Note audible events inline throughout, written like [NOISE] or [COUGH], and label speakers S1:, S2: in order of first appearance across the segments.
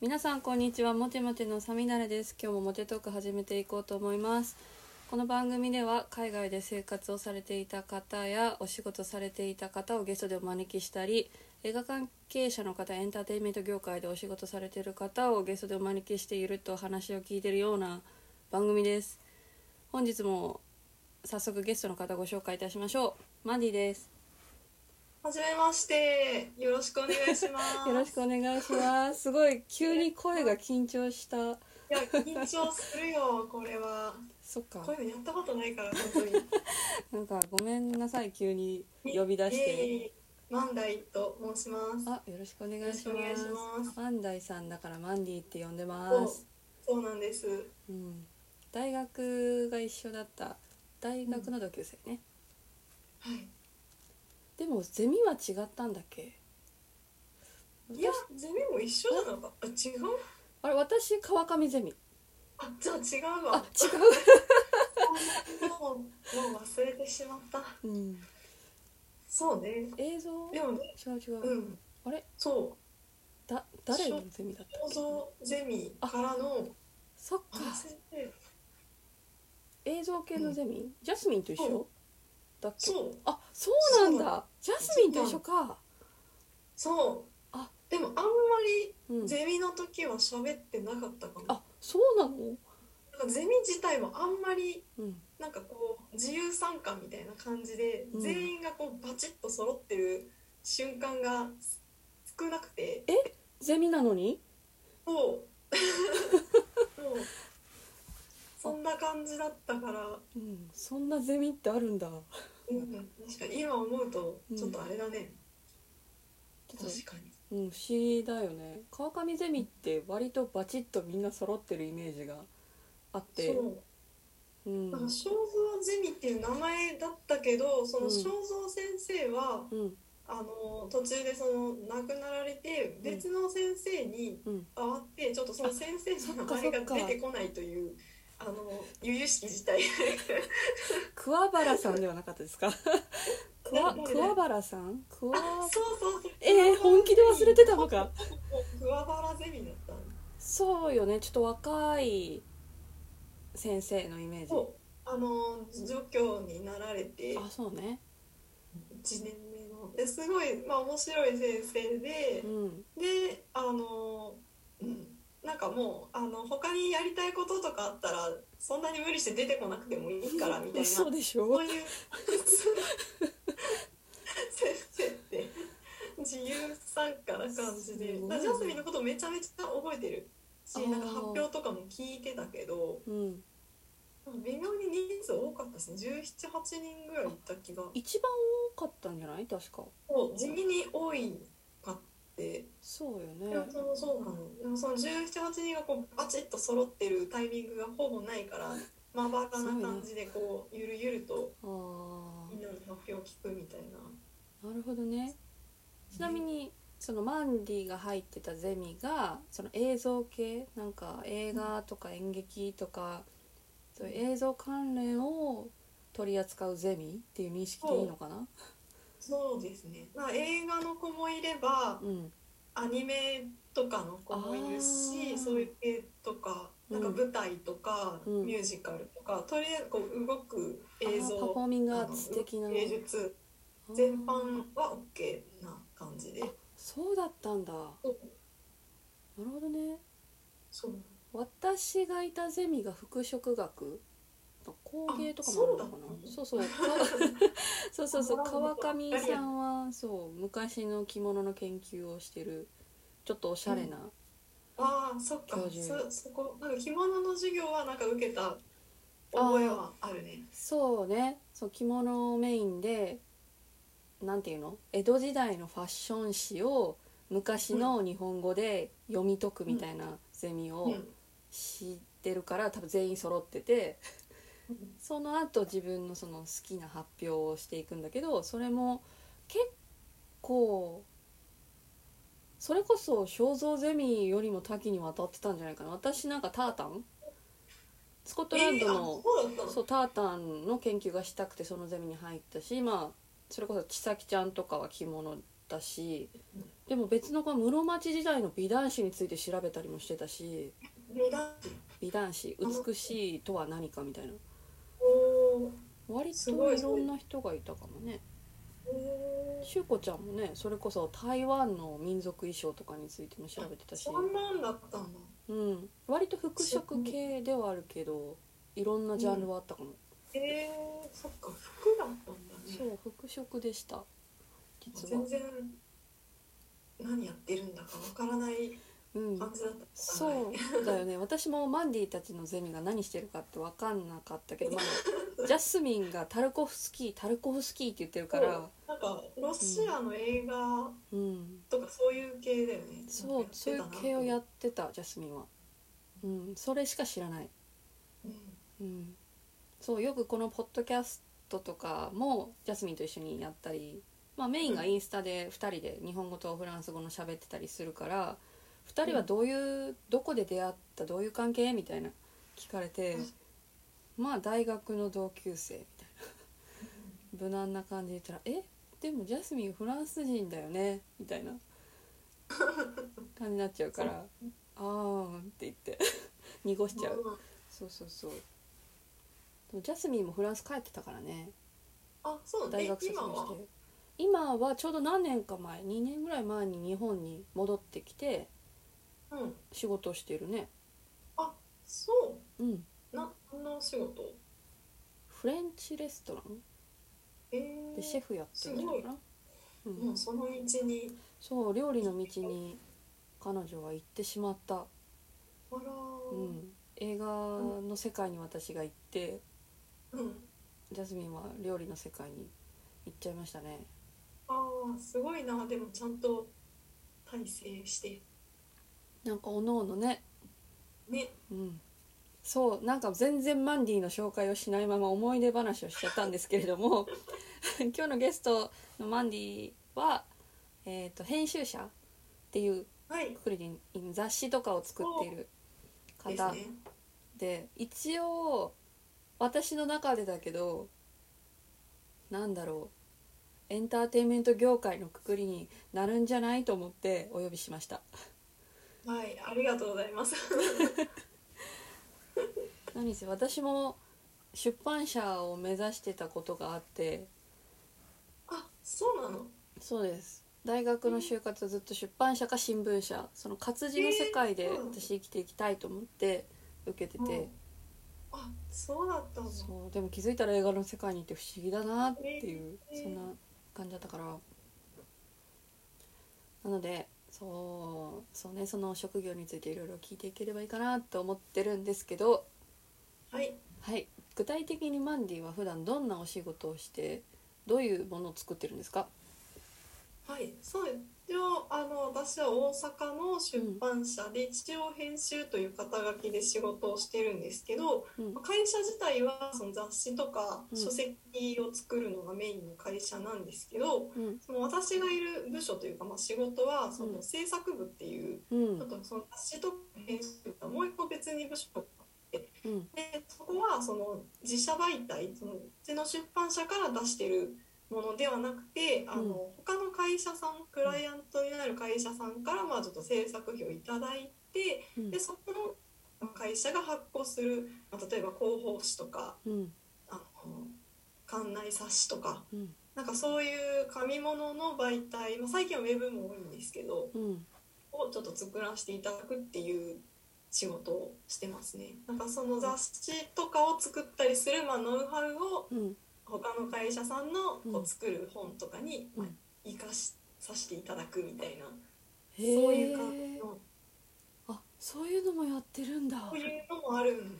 S1: 皆さんこんにちはモテモテのサミダレです今日もモテトーク始めていこうと思いますこの番組では海外で生活をされていた方やお仕事されていた方をゲストでお招きしたり映画関係者の方エンターテインメント業界でお仕事されている方をゲストでお招きしていると話を聞いているような番組です本日も早速ゲストの方ご紹介いたしましょうマンディです
S2: はじめまして。よろしくお願いします。
S1: [LAUGHS] よろしくお願いしますすごい急に声が緊張した
S2: いや、緊張するよ、これは。
S1: そっか
S2: こういうのやったことないから、本当に。
S1: なんかごめんなさい急に [LAUGHS] 呼び出して。
S2: えー、マンダイと申します。
S1: あよろしくお願いし
S2: よろしくお願いし
S1: ま
S2: ます
S1: す。マンダイさんだからマンディって呼んでま
S2: そう
S1: す。、
S2: そうなんです。
S1: うん、大学が一緒だった大学の同級生ね。
S2: はい。
S1: でもゼミは違ったんだっけ？
S2: いや
S1: 私、
S2: ゼミも一緒じゃなかった。あ、違う。
S1: あれ私川上ゼミ。
S2: あ、じゃあ、違う
S1: あ
S2: わ。
S1: 違
S2: もう、もう忘れてしまった。
S1: う。
S2: [LAUGHS]
S1: うん、
S2: そうね。
S1: 映像？
S2: でもね、
S1: 違う違う。
S2: うん。
S1: あれ
S2: そ
S1: だ誰のゼミだっ
S2: う。
S1: たっ
S2: 構
S1: け？
S2: 造ゼミからの。
S1: そっ
S2: あ
S1: か
S2: の先生。
S1: 映像系のゼミ？ジャスミンと一緒
S2: そ？
S1: だっけ？
S2: そう。
S1: あそうなん
S2: そうな
S1: だ。ジャスミンと一緒か。
S2: そう。
S1: あ
S2: でも、あんまり。
S1: うん。
S2: ゼミの時は喋ってなかったかも。
S1: あそうなの？
S2: なんかゼミ自体もあんまり
S1: うん。
S2: なんかこう自由参加みたいな感じで、
S1: うん
S2: 全員がこうバチッと揃ってる瞬間が少なくて
S1: ゼミなのに？
S2: も
S1: [LAUGHS]
S2: うもうそんな感じだったから、
S1: うん、そんなゼミってあるんだ。
S2: うん、確かに今思うとちょっとあれだね、
S1: ちょっ
S2: 確かに
S1: と、うん、不思議だよね。川上ゼミって割とバチッとみんな揃ってるイメージがあって、、
S2: そううん
S1: う
S2: なんか
S1: ん、
S2: 肖像ゼミっていう名前だったけどその
S1: うん
S2: 肖像先生は、あの途中でその亡くなられて別の先生に
S1: うん、
S2: 変わってちょっとその先生の名前
S1: あそっ
S2: が
S1: か
S2: 出てこないというあの由々しき事態
S1: 桑原さんではなかったです [LAUGHS] か？
S2: [LAUGHS]
S1: 桑
S2: 誰
S1: 桑原さん？桑
S2: あそうそうそう
S1: えー、本気で忘れてたのか。
S2: 桑原ゼミだったの
S1: そうよね、ちょっと若い先生のイメージ。
S2: そうあの助教になられて1
S1: あ、そうね。
S2: 年目のですごい、まあ、面白い先生で
S1: うん、
S2: であの、うん、なんかもうあの他にやりたいこととかあったらそんなに無理して出てこなくてもいいからみたいな
S1: 嘘でし
S2: こ
S1: ょ
S2: う？いう先生って自由参加な感じで、
S1: すごい
S2: ジャスミンのことめちゃめちゃ覚えてるし
S1: あー
S2: なんか発表とかも聞いてたけど
S1: うん、
S2: 微妙に人数多かったですね1718人ぐらいいた気が
S1: 一番多かったんじゃない？確か。
S2: もう地味に多いかって
S1: そうよね
S2: で。もそのそうなのでもその1718人がこうバチッと揃ってるタイミングがほぼないからまばらな感じでこうゆるゆると
S1: ああ。
S2: みんなの発表を聞くみたいな。
S1: なるほどねちなみにそのマンディが入ってたゼミがその映像系なんか映画とか演劇とかそういう映像関連を取り扱うゼミっていう認識でいいのかな
S2: そうですね、まあ、映画の子もいれば
S1: うん
S2: アニメとかの子もいる
S1: あー
S2: しそういう系とかなんか
S1: うん
S2: 舞台とか、
S1: うん
S2: ミュージカルとかとりあえずこう動く映
S1: あーパフォ
S2: 像
S1: ーミングアーツ的な
S2: 芸術
S1: あー
S2: 全般は OK な感じで
S1: あそうだったんだな
S2: そう
S1: るほどね
S2: そう
S1: 私がいたゼミが服飾学工芸とかもあるのかな
S2: あ
S1: そうそうかわそうそうそう川上さんはそう昔の着物の研究をしてるちょっとおしゃれな、
S2: ああそっか
S1: 教授
S2: そそこなんか着物の授業はなんか受けた覚えはあるね
S1: そうねそう着物をメインでなんていうの江戸時代のファッション誌を昔の日本語で読み解くみたいなゼミ
S2: う
S1: を
S2: ん
S1: 知ってるから多分全員揃ってて。その後自分のその好きな発表をしていくんだけどそれも結構それこそ肖像ゼミよりも多岐にわたってたんじゃないかな私なんかタータンスコットランドの、
S2: えーあそうだったの
S1: そうタータンの研究がしたくてそのゼミに入ったしまあそれこそ千咲ちゃんとかは着物だしでも別の子は室町時代の美男子について調べたりもしてたし
S2: 美男子
S1: 美男子美しいとは何かみたいな
S2: おー
S1: 割
S2: す
S1: と
S2: ごい
S1: いろんな人がいたかもね
S2: え
S1: しゅうこちゃんもねそれこそ台湾の民族衣装とかについても調べてた
S2: ー、
S1: し
S2: そ、んなんだったんだ
S1: うん、割と服飾系ではあるけどいろんなジャンルはあったかも、
S2: えー、そっか服だったんだ
S1: そ
S2: ね
S1: う服飾でした実は
S2: 全、然何やってるんだかわからない
S1: うん、
S2: 感じだった
S1: そうだよね私もマンディたちのゼミが何してるかって分かんなかったけど、ま
S2: [LAUGHS]
S1: あ、ジャスミンがタルコフスキータルコフスキーって言ってるから
S2: なんかロシアの映画
S1: うん
S2: とかそういう系だよね、
S1: そうそういう系をやってたジャスミンはうんそれしか知らない
S2: うん
S1: うんそうよくこのポッドキャストとかもジャスミンと一緒にやったり、まあ、メインがインスタで2人で日本語とフランス語の喋ってたりするから2人はどういうどこで出会ったどういう関係みたいな聞かれてまあ大学の同級生みたいな [LAUGHS] 無難な感じで言ったら「えでもジャスミンフランス人だよね」みたい [LAUGHS] な感じになっちゃうから「あーん」って言って濁しちゃう。そうそうそうでもジャスミンもフランス帰ってたからね
S2: あそう
S1: 大
S2: ね
S1: 学卒
S2: 今
S1: 業し
S2: は
S1: て今はちょうど何年か前2年ぐらい前に日本に戻ってきて
S2: うん
S1: 仕事をしてるね
S2: そ
S1: うん
S2: うな何のお仕事
S1: フレンチレストラン
S2: えー、
S1: でシェフやってるのかな、う
S2: も
S1: ん
S2: う、その道に
S1: そう料理の道に彼女は行ってしまった、
S2: あら
S1: う
S2: ー
S1: ん、映画の世界に私が行って
S2: うん
S1: ジャスミンは料理の世界に行っちゃいましたね
S2: ああすごいなでもちゃんと体制して
S1: なんかおのおのね
S2: ね
S1: うん、そうなんか全然マンディの紹介をしないまま思い出話をしちゃったんですけれども [LAUGHS] 今日のゲストのマンディは、えー、と編集者っていう
S2: はい
S1: くくりで雑誌とかを作っている
S2: です
S1: 方
S2: ね
S1: で一応私の中でだけどなんだろうエンターテインメント業界のくくりになるんじゃないと思ってお呼びしました
S2: はいありがとうございます [LAUGHS]
S1: 何せ私も出版社を目指してたことがあって
S2: あそうなの
S1: そうです大学の就活はずっと出版社か新聞社その活字の世界で
S2: えーうん
S1: 私生きていきたいと思って受けてて、
S2: あそうだったんだ
S1: そうでも気づいたら映画の世界にいて不思議だなっていう、
S2: えー
S1: そんな感じだったからなのでそうそうねその職業についていろいろ聞いていければいいかなと思ってるんですけど
S2: はい
S1: はい具体的にマンディは普段どんなお仕事をしてどういうものを作ってるんですか
S2: はいそう一応あの私は大阪の出版社で一応編集という肩書きで仕事をしてるんですけど
S1: うん
S2: 会社自体はその雑誌とか
S1: うん
S2: 書籍を作るのがメインの会社なんですけど、
S1: うん
S2: その私がいる部署というか、まあ、仕事はそうの
S1: ん
S2: 制作部っていう、
S1: うん
S2: ちょっとその雑誌とか編集部とかもう一個別に部署があって
S1: うん
S2: でそこはその自社媒体そのうちの出版社から出してるものではなくてあの、
S1: うん
S2: 他の会社さんクライアントになる会社さんからまあちょっと制作費をいただいて
S1: うん
S2: でそこの会社が発行する、まあ、例えば広報誌とか
S1: うん
S2: あの館内冊子とか
S1: うん
S2: なんかそういう紙物の媒体、まあ、最近はウェブも多いんですけど
S1: うん
S2: をちょっと作らせていただくっていう仕事をしてますねなんかその雑誌とかを作ったりする、まあ、ノウハウを
S1: うん
S2: 他の会社さんの
S1: う
S2: こ
S1: ん
S2: う作る本とかに
S1: うん
S2: 生かしさせていただくみたいな、
S1: そう
S2: そういう感じの
S1: あそういうのもやってるんだ
S2: こういうのもあるん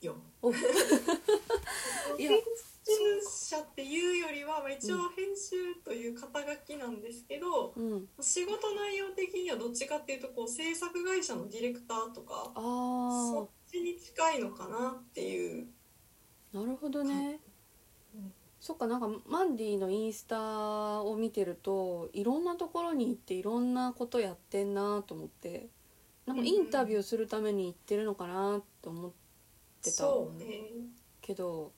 S2: よ。
S1: お [LAUGHS] いや
S2: 編集者っていうよりは、まあ、一応編集という肩書きなんですけど、
S1: うん
S2: 仕事内容的にはどっちかっていうとこう制作会社のディレクターとか
S1: あ
S2: そっちに近いのかなっていう
S1: ーなるほどね
S2: うん
S1: そっかなんかマンディのインスタを見てるといろんなところに行っていろんなことやってんなと思ってなんかインタビューするために行ってるのかなと思ってた
S2: そうね
S1: けど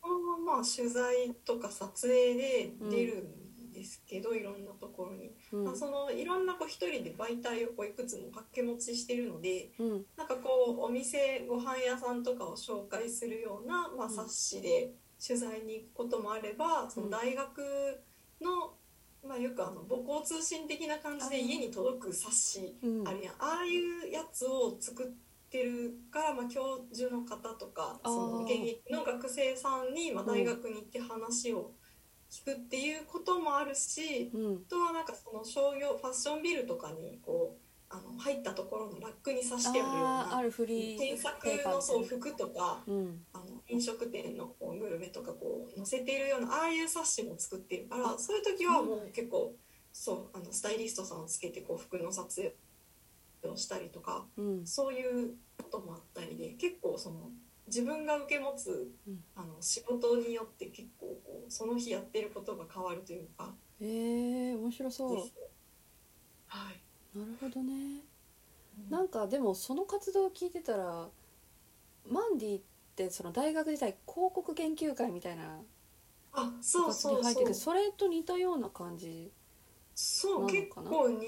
S2: このまま取材とか撮影で出るんですけどいろんなところに、
S1: うん
S2: まあ、そのいろんなこう一人で媒体をこういくつも掛け持ちしてるので
S1: うん
S2: なんかこうお店ご飯屋さんとかを紹介するような、まあ、
S1: うん
S2: 冊子で取材に行くこともあればその大学の、まあ、よくあの母校通信的な感じ
S1: あ
S2: で
S1: ー
S2: 家に届く冊子
S1: うん
S2: あるやんああいうやつを作ってるから、まあ、教授の方とか
S1: あー
S2: その現役の学生さんに、まあ、大学に行って話を聞くっていうこともあるし、
S1: うん
S2: あとはなんかその商業ファッションビルとかにこうあの入ったところのラックに刺してあるよう
S1: あーあ
S2: な
S1: るフリー
S2: 添削
S1: ペーパー
S2: のそう
S1: みたい
S2: 服とか
S1: なうん
S2: あの飲食店のこうグルメとかこう載せているようなああいう冊子も作ってるか
S1: あ
S2: らそういう時はもう結構そうあのスタイリストさんをつけてこう服の撮影をしたりとか
S1: うん
S2: そういうこともあったりで結構その自分が受け持つ
S1: うん
S2: あの仕事によって結構こうその日やってることが変わるというか
S1: えー、面白そう
S2: ですはい。
S1: なるほどねなんかでもその活動を聞いてたらマンディってその大学時代広告研究会みたいな
S2: あ
S1: 部
S2: そう
S1: 活
S2: そ
S1: に
S2: うそ
S1: 入って
S2: う
S1: くそれと似たような感じ
S2: そう
S1: なの
S2: 結
S1: かな
S2: 構似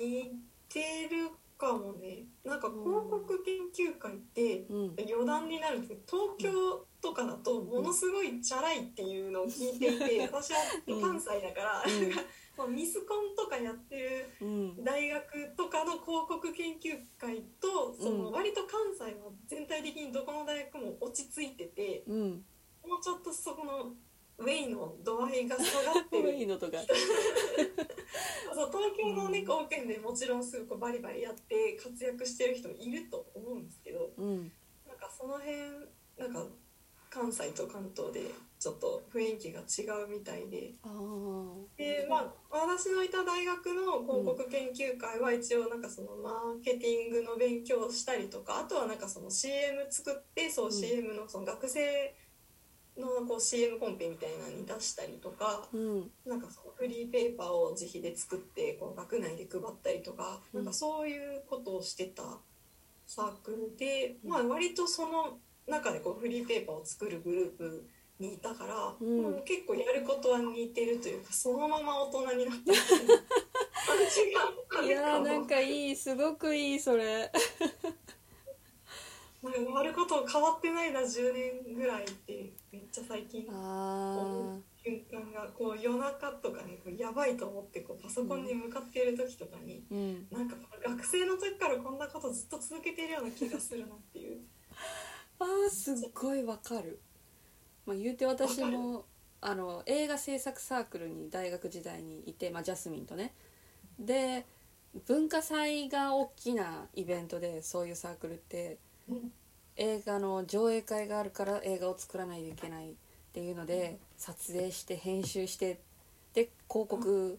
S2: てるかもねなんか広告研究会って
S1: うん
S2: 余談になるんですけど東京とかだとものすごいチャラいっていうのを聞いていて私は関西だから、
S1: うん
S2: まあミスコンとかやってる
S1: うん
S2: 大学とかの広告研究会とそ
S1: うん
S2: の割と関西は全体的にどこの大学も落ち着いてて
S1: うん
S2: もうちょっとそこのウェイの度合いが下が
S1: 可
S2: ってる
S1: 愛いのとか
S2: そう東京のね貢献でもちろんすぐこうバリバリやって活躍してる人もいると思うんですけど
S1: うん
S2: なんかその辺なんか関西と関東でちょっと雰囲気が違うみたいで
S1: ああ
S2: で、まあ、私のいた大学の広告研究会は一応なんかそのマーケティングの勉強をしたりとかあとはなんかその CM 作ってそううん CM のその学生のこう CM コンペみたいなのに出したりとか。
S1: うん
S2: なんかそのフリーペーパーを自費で作ってこう学内で配ったりとか,、
S1: うん
S2: なんかそういうことをしてたサークルで、
S1: うん
S2: まあ、割とその中でこうフリーペーパーを作るグループにいたから、
S1: うん
S2: もう結構やることは似てるというかそのまま大人になったみたいな
S1: [LAUGHS]
S2: 感
S1: い
S2: じが
S1: やー
S2: ある
S1: な
S2: か
S1: ん
S2: も
S1: かいいすごくいいそれ
S2: なんかやること変わってないな10年ぐらいってめっちゃ最近
S1: あ。あ
S2: 瞬間がこう夜中とかにこうやばいと思ってこうパソコンに向かっている時とかに、
S1: うん
S2: なんか学生の時からこんなことずっと続けてるような気がするなっていう。
S1: あーすっごいわかる、まあ、言うて私もあの映画制作サークルに大学時代にいて、まあ、ジャスミンとねで文化祭が大きなイベントでそういうサークルって
S2: うん
S1: 映画の上映会があるから映画を作らないといけないっていうので撮影して編集してで広告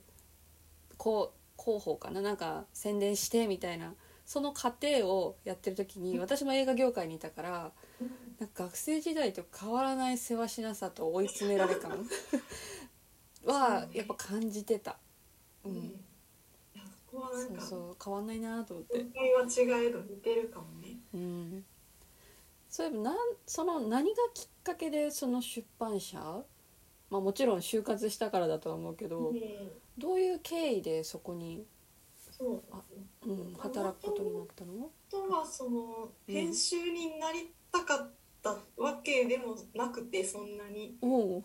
S1: こう広報かななんか宣伝してみたいなその過程をやってる時に私も映画業界にいたからなんか学生時代と変わらないせわしなさと追い詰められ感 [LAUGHS] はやっぱ感じてた、う
S2: うん
S1: ん、
S2: いやそこは
S1: そ
S2: な
S1: うん
S2: か
S1: そう変わんないなと思って
S2: 分。解は違えど似てるかもね。
S1: うん、そういえばなんその何がきっかけでその出版社、まあ、もちろん就活したからだとは思うけど、
S2: うん
S1: どういう経緯でそこに、
S2: そう
S1: あ
S2: ですね。
S1: うん、働くことになったの
S2: あとはその
S1: うん
S2: 編集になりたかったわけでもなくてそんなに。
S1: おう、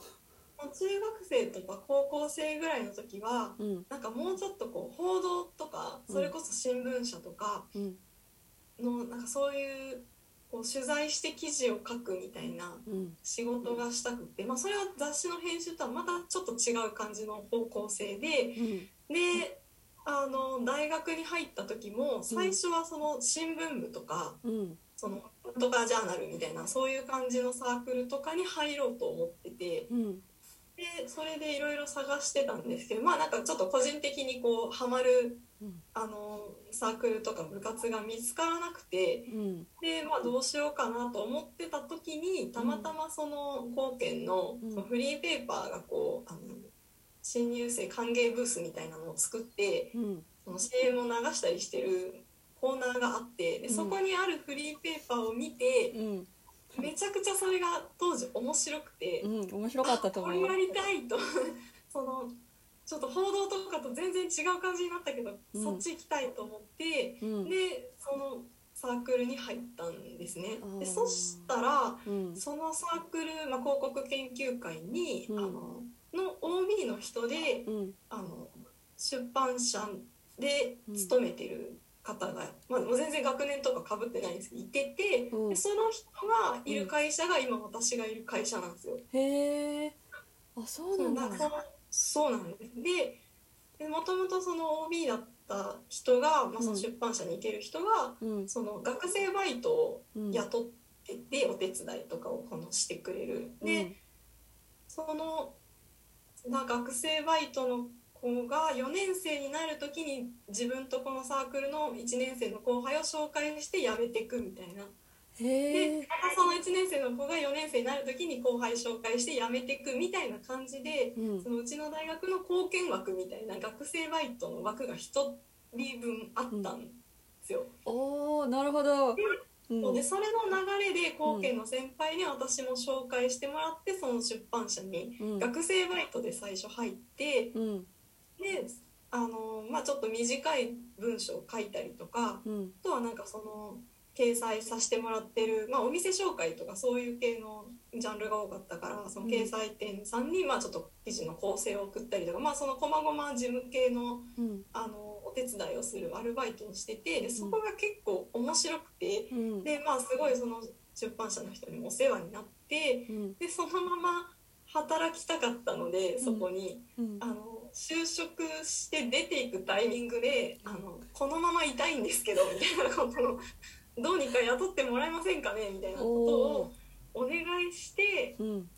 S2: まあ中学生とか高校生ぐらいの時は。
S1: うん
S2: なんかもうちょっとこう報道とかそれこそ新聞社とか
S1: うん
S2: のなんかそういうこう取材して記事を書くみたいな
S1: うん
S2: 仕事がしたくて、まあ、それは雑誌の編集とはまたちょっと違う感じの方向性で
S1: うん
S2: であの大学に入った時も最初はその新聞部とか、
S1: うん
S2: そのなんとかジャーナルみたいなそういう感じのサークルとかに入ろうと思ってて
S1: うん
S2: でそれでいろいろ探してたんですけどまあなんかちょっと個人的にこうハマる
S1: うん
S2: あのサークルとか部活が見つからなくて。
S1: うん
S2: でまあどうしようかなと思ってた時にたまたまその貢献の
S1: うん
S2: そのフリーペーパーがこうあの新入生歓迎ブースみたいなのを作って
S1: うん
S2: その CM を流したりしてるコーナーがあってでそこにあるフリーペーパーを見て
S1: うん
S2: めちゃくちゃそれが当時面白くて
S1: うん面白かったと
S2: こ
S1: 思
S2: れ
S1: う
S2: やりたいと [LAUGHS] そのちょっと報道とかと全然違う感じになったけど、
S1: うん
S2: そっち行きたいと思って、
S1: うん
S2: でそのサークルに入ったんですね
S1: あ。ー
S2: でそしたら
S1: うん
S2: そのサークル、まあ、広告研究会に、
S1: うん
S2: あのの OB の人で
S1: うん
S2: あの出版社で勤めてる方が、まあ、もう全然学年とかかぶってないんですけどいてて、
S1: うん
S2: でその人がいる会社が今私がいる会社なんですよ。
S1: へえあそう
S2: そう
S1: な
S2: なん
S1: ん
S2: か
S1: だ
S2: そうなんですででもともとその OB だった人が、まあ、その出版社に行ける人が、
S1: うん
S2: その学生バイトを
S1: うん
S2: 雇ってて、お手伝いとかをこのしてくれるで、そのな学生バイトの子が4年生になる時に自分とこのサークルの1年生の後輩を紹介して辞めてくみたいな
S1: うんへ
S2: で
S1: え
S2: またその1年生の子が4年生になる時に後輩紹介して辞めてくみたいな感じで
S1: うん
S2: そのうちの大学の貢献枠みたいな学生バイトの枠が1人分あったんですよ。
S1: おーなるほどうん
S2: でそれの流れで貢献の先輩に私も紹介してもらってその出版社に
S1: うん
S2: 学生バイトで最初入って
S1: うん
S2: であの、まあ、ちょっと短い文章を書いたりとか
S1: うん
S2: あとはなんかその掲載させてもらってる、まあ、お店紹介とかそういう系のジャンルが多かったからその掲載店さんにまあちょっと記事の構成を送ったりとか、まあ、その細々事務系の
S1: うん
S2: あのお手伝いをするアルバイトをしててでそこが結構面白くて。
S1: うん
S2: でまあすごいその出版社の人にもお世話になって
S1: うん
S2: でそのまま働きたかったのでそこに、
S1: うん
S2: あの就職して出ていくタイミングであのこのままいたいんですけどみたいなことのどうにか雇ってもらえませんかねみたいなことをお願いして
S1: うん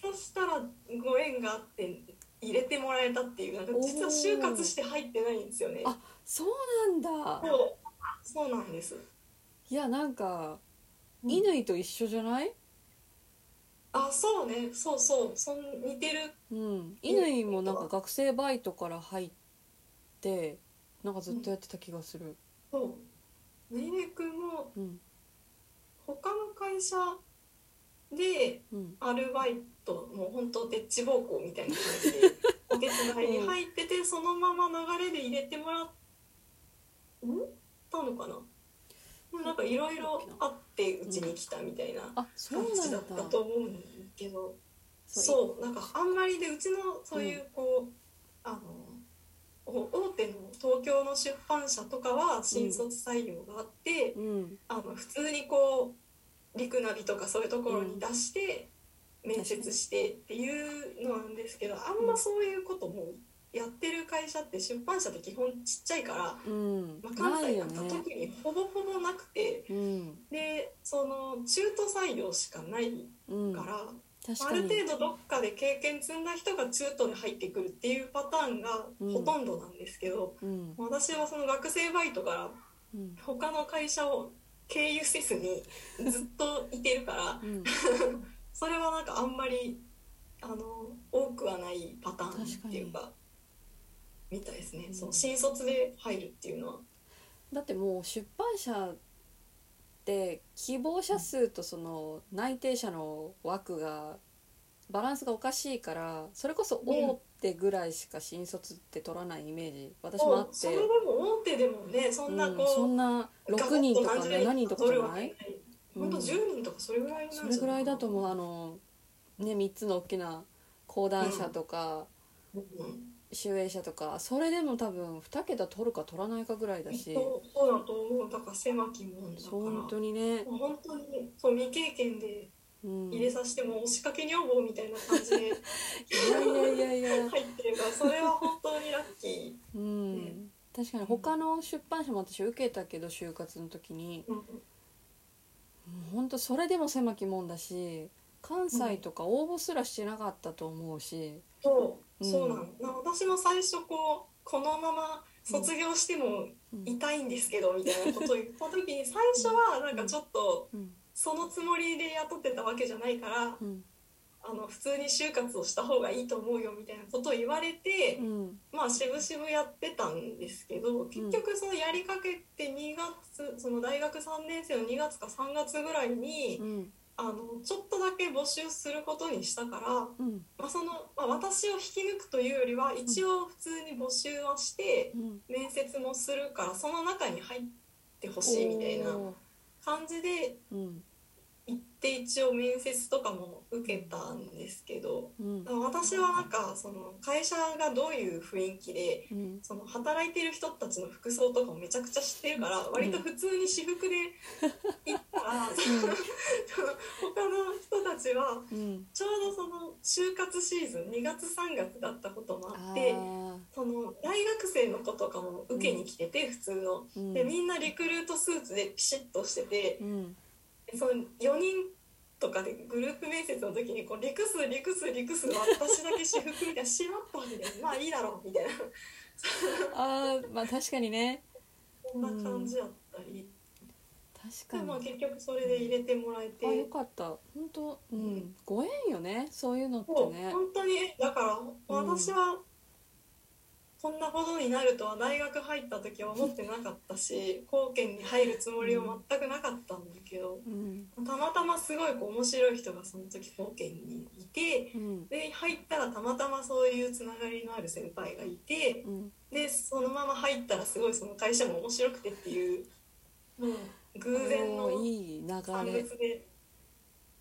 S2: そしたらご縁があって入れてもらえたっていうなんか実は就活して入ってないんですよね。
S1: あそうなんだ
S2: そうそうなんです
S1: いやなんか
S2: うん
S1: 乾と一緒じゃない
S2: あそうねそうそうそん似てる
S1: うん乾もなんか学生バイトから入ってなんかずっとやってた気がする
S2: そう。ねねくんも
S1: うん
S2: 他の会社で
S1: うん
S2: アルバイトもう本当でっち奉公みたいな感じでお手伝いに入っててそのまま流れで入れてもらったのかな。もうなんかいろいろあってうちに来たみたいな
S1: あそう
S2: 感
S1: なん
S2: じだ
S1: だ
S2: ったと思うんだけど、
S1: う
S2: そうなんかあんまりでうちのそういうこう、あのお大手の東京の出版社とかは新卒採用があって。
S1: うん
S2: あの普通にこうリクナビとかそういうところに出して面接してっていうのなんですけどあんまそういうこともやってる会社って出版社って基本ちっちゃいから、
S1: うん
S2: まあ、関
S1: ない
S2: 西
S1: よ
S2: なんか
S1: ね
S2: 特にほぼほぼなくて
S1: うん
S2: でその中途採用しかない
S1: うん
S2: から、
S1: 確
S2: あ
S1: か
S2: る
S1: に
S2: 程度どっかで経験積んだ人が中途で入ってくるっていうパターンがほとんどなんですけど、
S1: うん
S2: 私はその学生バイトから
S1: うん
S2: 他の会社を経由せずにずっといてるから
S1: うん
S2: それはなんかあんまりあの多くはないパターンっていうかみたいですね、
S1: うん
S2: その新卒で入るっていうのは
S1: だってもう出版社って希望者数とその内定者の枠がバランスがおかしいからそれこそ大手ぐらいしか新卒って取らないイメージ私もあっ
S2: そ
S1: て
S2: れで、も大手でもねそんな
S1: うんそ
S2: こ
S1: んな
S2: う、ガバッと
S1: 6人とか
S2: 何十
S1: 7人とかじゃ
S2: 取るわ
S1: な
S2: け
S1: い
S2: 本当
S1: うん
S2: 10人とかそれぐらいなんじゃ
S1: そ
S2: ない
S1: れぐらいだと思うあのね3つの大きな講談社とか
S2: うん
S1: 集英社とかそれでも多分2桁取るか取らないかぐらいだし
S2: そうそうだと思うだから狭きもんだから
S1: 本当にね、
S2: 本当にそう未経験で
S1: うん、
S2: 入れさせても押しかけ女房みたいな感じで
S1: いやいやいやいや
S2: 入ってるからそれは本当にラッキ
S1: うん
S2: ね、
S1: 確かに他の出版社も私受けたけど就活の時に
S2: ー、うん
S1: 本当それでも狭きもんだし関西とか応募すらしてなかったと思うし、
S2: そう
S1: うん
S2: そうなの、な私も最初こうこのまま卒業しても
S1: うん
S2: 痛いんですけどみたいなことを言った時に最初はなんかちょっと
S1: うん
S2: そのつもりで雇ってたわけじゃないから
S1: うん
S2: あの普通に就活をした方がいいと思うよみたいなことを言われて
S1: う、ん
S2: まあ渋々やってたんですけど結局そのやりかけって2月その大学3年生の2月か3月ぐらいに
S1: うん
S2: あのちょっとだけ募集することにしたから、
S1: うん
S2: まあそのまあ、私を引き抜くというよりは一応普通に募集はして
S1: うん
S2: 面接もするからその中に入ってほしいみたいな
S1: おー
S2: 感じで
S1: うん
S2: 行って一応面接とかも受けたんですけど
S1: うん
S2: 私はなんかその会社がどういう雰囲気で
S1: うん
S2: その働いてる人たちの服装とかもめちゃくちゃ知ってるから割と普通に私服で行ったら、 [LAUGHS] その他の人たちは
S1: うん
S2: ちょうどその就活シーズン2月3月だったこともあ
S1: あ
S2: って
S1: ー
S2: その大学生の子とかも受けに来てて普通の。
S1: うん
S2: でみんなリクルートスーツでピシッとしてて
S1: うん
S2: その4人とかでグループ面接の時にこうリクスリクスリクス私だけ私服みたいなしまったみ
S1: [LAUGHS]
S2: たいなまあいいだろうみたいな
S1: あーまあ確かにね
S2: そんな感じだったり。で
S1: 確か
S2: まあ
S1: に
S2: 結局それで入れてもらえて、
S1: あよかった本当う
S2: うんん
S1: ご縁よねそういうのって
S2: もう
S1: ね
S2: 本当にだから私はこんなことになるとは大学入った時は思ってなかった
S1: [LAUGHS]
S2: し貢献に入るつもりは全くなかったんだけど
S1: うん
S2: たまたますごいこう面白い人がその時貢献にいて
S1: うん
S2: で入ったらたまたまそういうつながりのある先輩がいて
S1: うん
S2: でそのまま入ったらすごいその会社も面白くてっていうもう偶然の
S1: おーいい流
S2: 産物
S1: れ
S2: で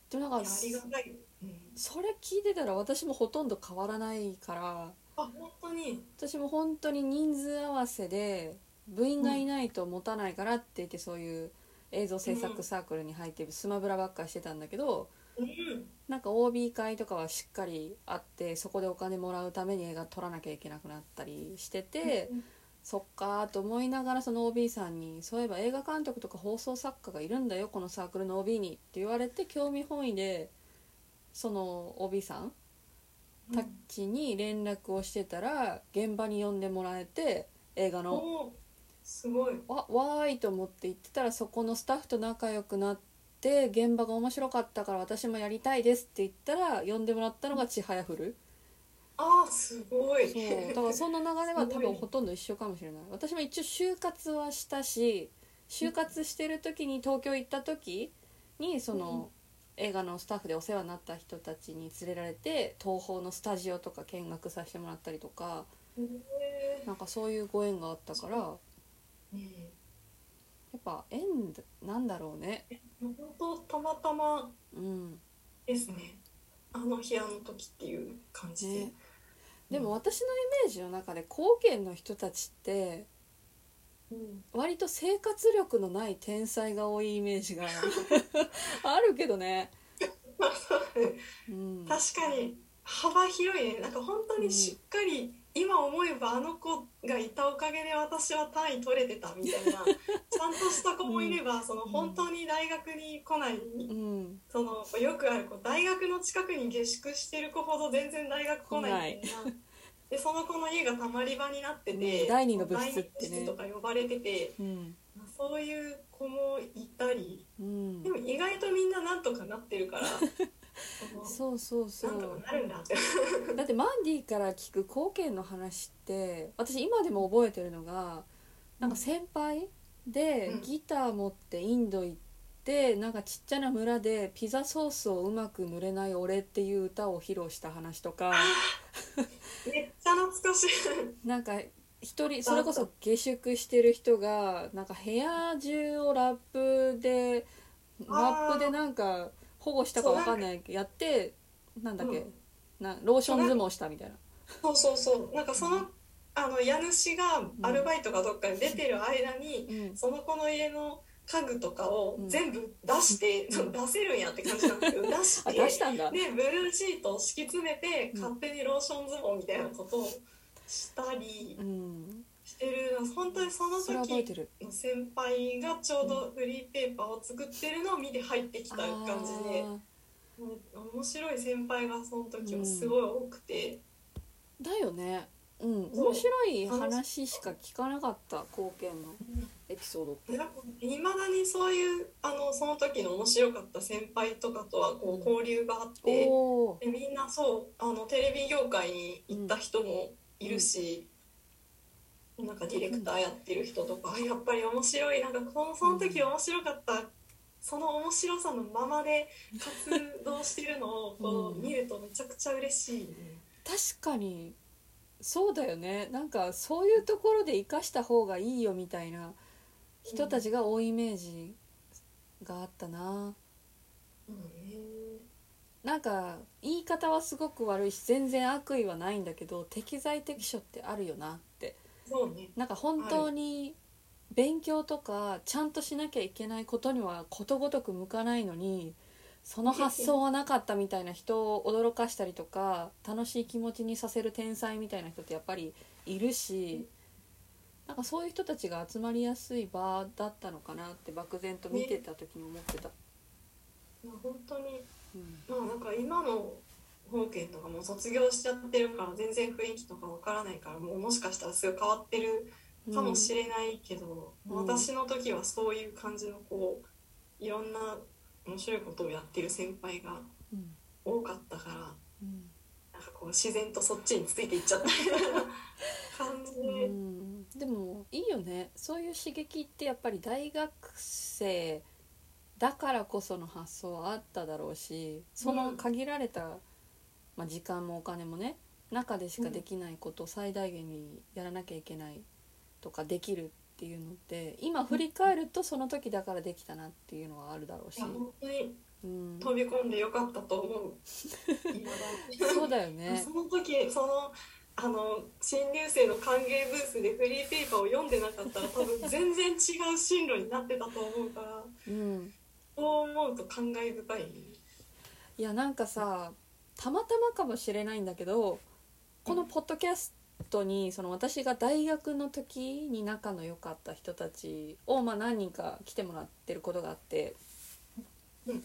S1: でも
S2: い
S1: なんか
S2: やありがたい。うん
S1: それ聞いてたら私もほとんど変わらないから
S2: あ本当に
S1: 私も本当に人数合わせで部員がいないと持たないからって言ってそういう映像制作サークルに入ってスマブラばっかりしてたんだけど
S2: うん
S1: なんか OB 会とかはしっかりあってそこでお金もらうために映画撮らなきゃいけなくなったりしててそっかーと思いながらその OB さんにそういえば映画監督とか放送作家がいるんだよこのサークルの OB にって言われて興味本位でその OB さんたちに連絡をしてたら現場に呼んでもらえて映画の
S2: おーすごい
S1: 「わわーい!」と思って行ってたらそこのスタッフと仲良くなって現場が面白かったから私もやりたいですって言ったら呼んでもらったのが「ちはやふる」
S2: あーすごい
S1: そうだから
S2: [LAUGHS]
S1: その流れは多
S2: すご
S1: 分
S2: い
S1: ほとんど一緒かもしれない私も一応就活はしたし就活してる時に東京行った時にその映画のスタッフでお世話になった人たちに連れられて東宝のスタジオとか見学させてもらったりとか
S2: へー
S1: なんかそういうご縁があったからや
S2: うん
S1: っぱ縁だなんだろうね
S2: 本当たまたま
S1: うん
S2: ですねあの日あの時っていう感じで、
S1: ねでも私のイメージの中で貢献の人たちって
S2: うん
S1: 割と生活力のない天才が多いイメージが [LAUGHS] あるけどね、
S2: まあ [LAUGHS] そうね
S1: うん、
S2: 確かに幅広いねなんか本当にしっかり、今思えばあの子がいたおかげで私は単位取れてたみたい
S1: [LAUGHS]
S2: なちゃんとした子もいれば、その本当に大学に来ない
S1: うん
S2: そのよくあるこう大学の近くに下宿してる子ほど全然大学来ないみたいな [LAUGHS] でその子の家がたまり場になってて、
S1: うん第二の部室ってね
S2: 第二の部室とか呼ばれてて
S1: うん
S2: そういう子もいたり
S1: うん
S2: でも意外とみんななんとかなってるから
S1: [LAUGHS]
S2: そ
S1: そうそうそ
S2: のなんと
S1: う
S2: かなるんだって [LAUGHS]
S1: だってマンディから聞く貢献の話って私今でも覚えてるのがなんか先輩で
S2: うん
S1: ギター持ってインド行ってなんかちっちゃな村でピザソースをうまく塗れない俺っていう歌を披露した話と
S2: [LAUGHS]
S1: か
S2: めっちゃ懐かしい
S1: なんか一人それこそ下宿してる人がなんか部屋中をラップでラップでなんか保護したかわかんないけどやってなんだっけ、
S2: うん
S1: なローション相撲したみたいな。
S2: そうそうそうなんかそのあの家主がアルバイトがどっかに出てる間に、
S1: うん
S2: その子の家の家具とかを
S1: うん
S2: 全部出して、
S1: うん
S2: 出せるんやって感じなんだ
S1: [LAUGHS]
S2: けど出して
S1: あ出したんだ。
S2: でブルーシートを敷き詰めて
S1: うん
S2: 勝手にローション相撲みたいなことをしたり
S1: うん。
S2: してるの本当にその
S1: それ覚えて
S2: 時
S1: る。
S2: の先輩がちょうどフリーペーパーを作ってるのを見て入ってき
S1: あ
S2: た感じで
S1: ー
S2: うん面白い先輩がその時もすごい多くて、
S1: だよね。うん。
S2: そう
S1: 面白い話しか聞かなかった貢献のエピソードって。
S2: いまだにそういうあのその時の面白かった先輩とかとはこう交流があって。
S1: おお。
S2: でみんなそうあのテレビ業界に行った人もいるし、なんかディレクターやってる人とか、やっぱり面白いなんかこのその時面白かったその面白さのままで活動してるのをこ
S1: うん
S2: う見るとめちゃくちゃ嬉しい、
S1: 確かにそうだよねなんかそういうところで生かした方がいいよみたいな人たちが多いイメージがあったななんか言い方はすごく悪いし全然悪意はないんだけど適材適所ってあるよなって
S2: そうね
S1: なんか本当に勉強とかちゃんとしなきゃいけないことにはことごとく向かないのにその発想はなかったみたいな人を驚かしたりとか楽しい気持ちにさせる天才みたいな人ってやっぱりいるしなんかそういう人たちが集まりやすい場だったのかなって漠然と見てた時に思ってた。
S2: まあ本当に
S1: うん
S2: まあなんか今の本家とかも卒業しちゃってるから全然雰囲気とかわからないからもうもしかしたらすぐ変わってるかもしれないけど、
S1: うん
S2: 私の時はそういう感じのこういろんな面白いことをやってる先輩が
S1: うん
S2: 多かったから。
S1: うん
S2: なんかこう自然とそっちについていっちゃったみたいな感じ
S1: う
S2: で、
S1: んでもいいよねそういう刺激ってやっぱり大学生だからこその発想はあっただろうしその限られた、まあ、時間もお金もね中でしかできないことを最大限にやらなきゃいけないとかできるっていうのって今振り返るとその時だからできたなっていうのはあるだろう
S2: い
S1: し
S2: や、本当に
S1: うん、
S2: 飛び込んでよかったと思う。未だに
S1: そうだよね
S2: その時そのあの新入生の歓迎ブースでフリーペーパーを読んでなかったら多分全然違う進路になってたと思うから
S1: うん
S2: そう思うと感慨深いね。
S1: いやなんかさたまたまかもしれないんだけどこのポッドキャストにその私が大学の時に仲の良かった人たちを、まあ、何人か来てもらってることがあって
S2: うん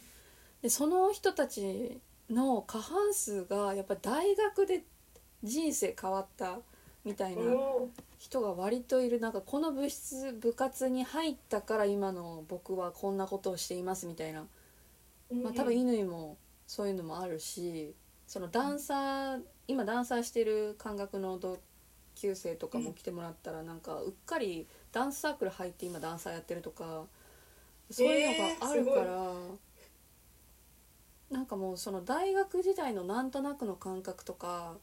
S1: でその人たちの過半数がやっぱ大学で人生変わったみたいな
S2: お
S1: 人が割といるなんかこの部室部活に入ったから今の僕はこんなことをしていますみたいな
S2: ー
S1: まあ、多分乾もそういうのもあるしそのダンサー今ダンサーしてる感覚の同級生とかも来てもらったらなんかうっかりダンスサークル入って今ダンサーやってるとかそういうのがあるから、
S2: え
S1: なんかもうその大学時代のなんとなくの感覚とか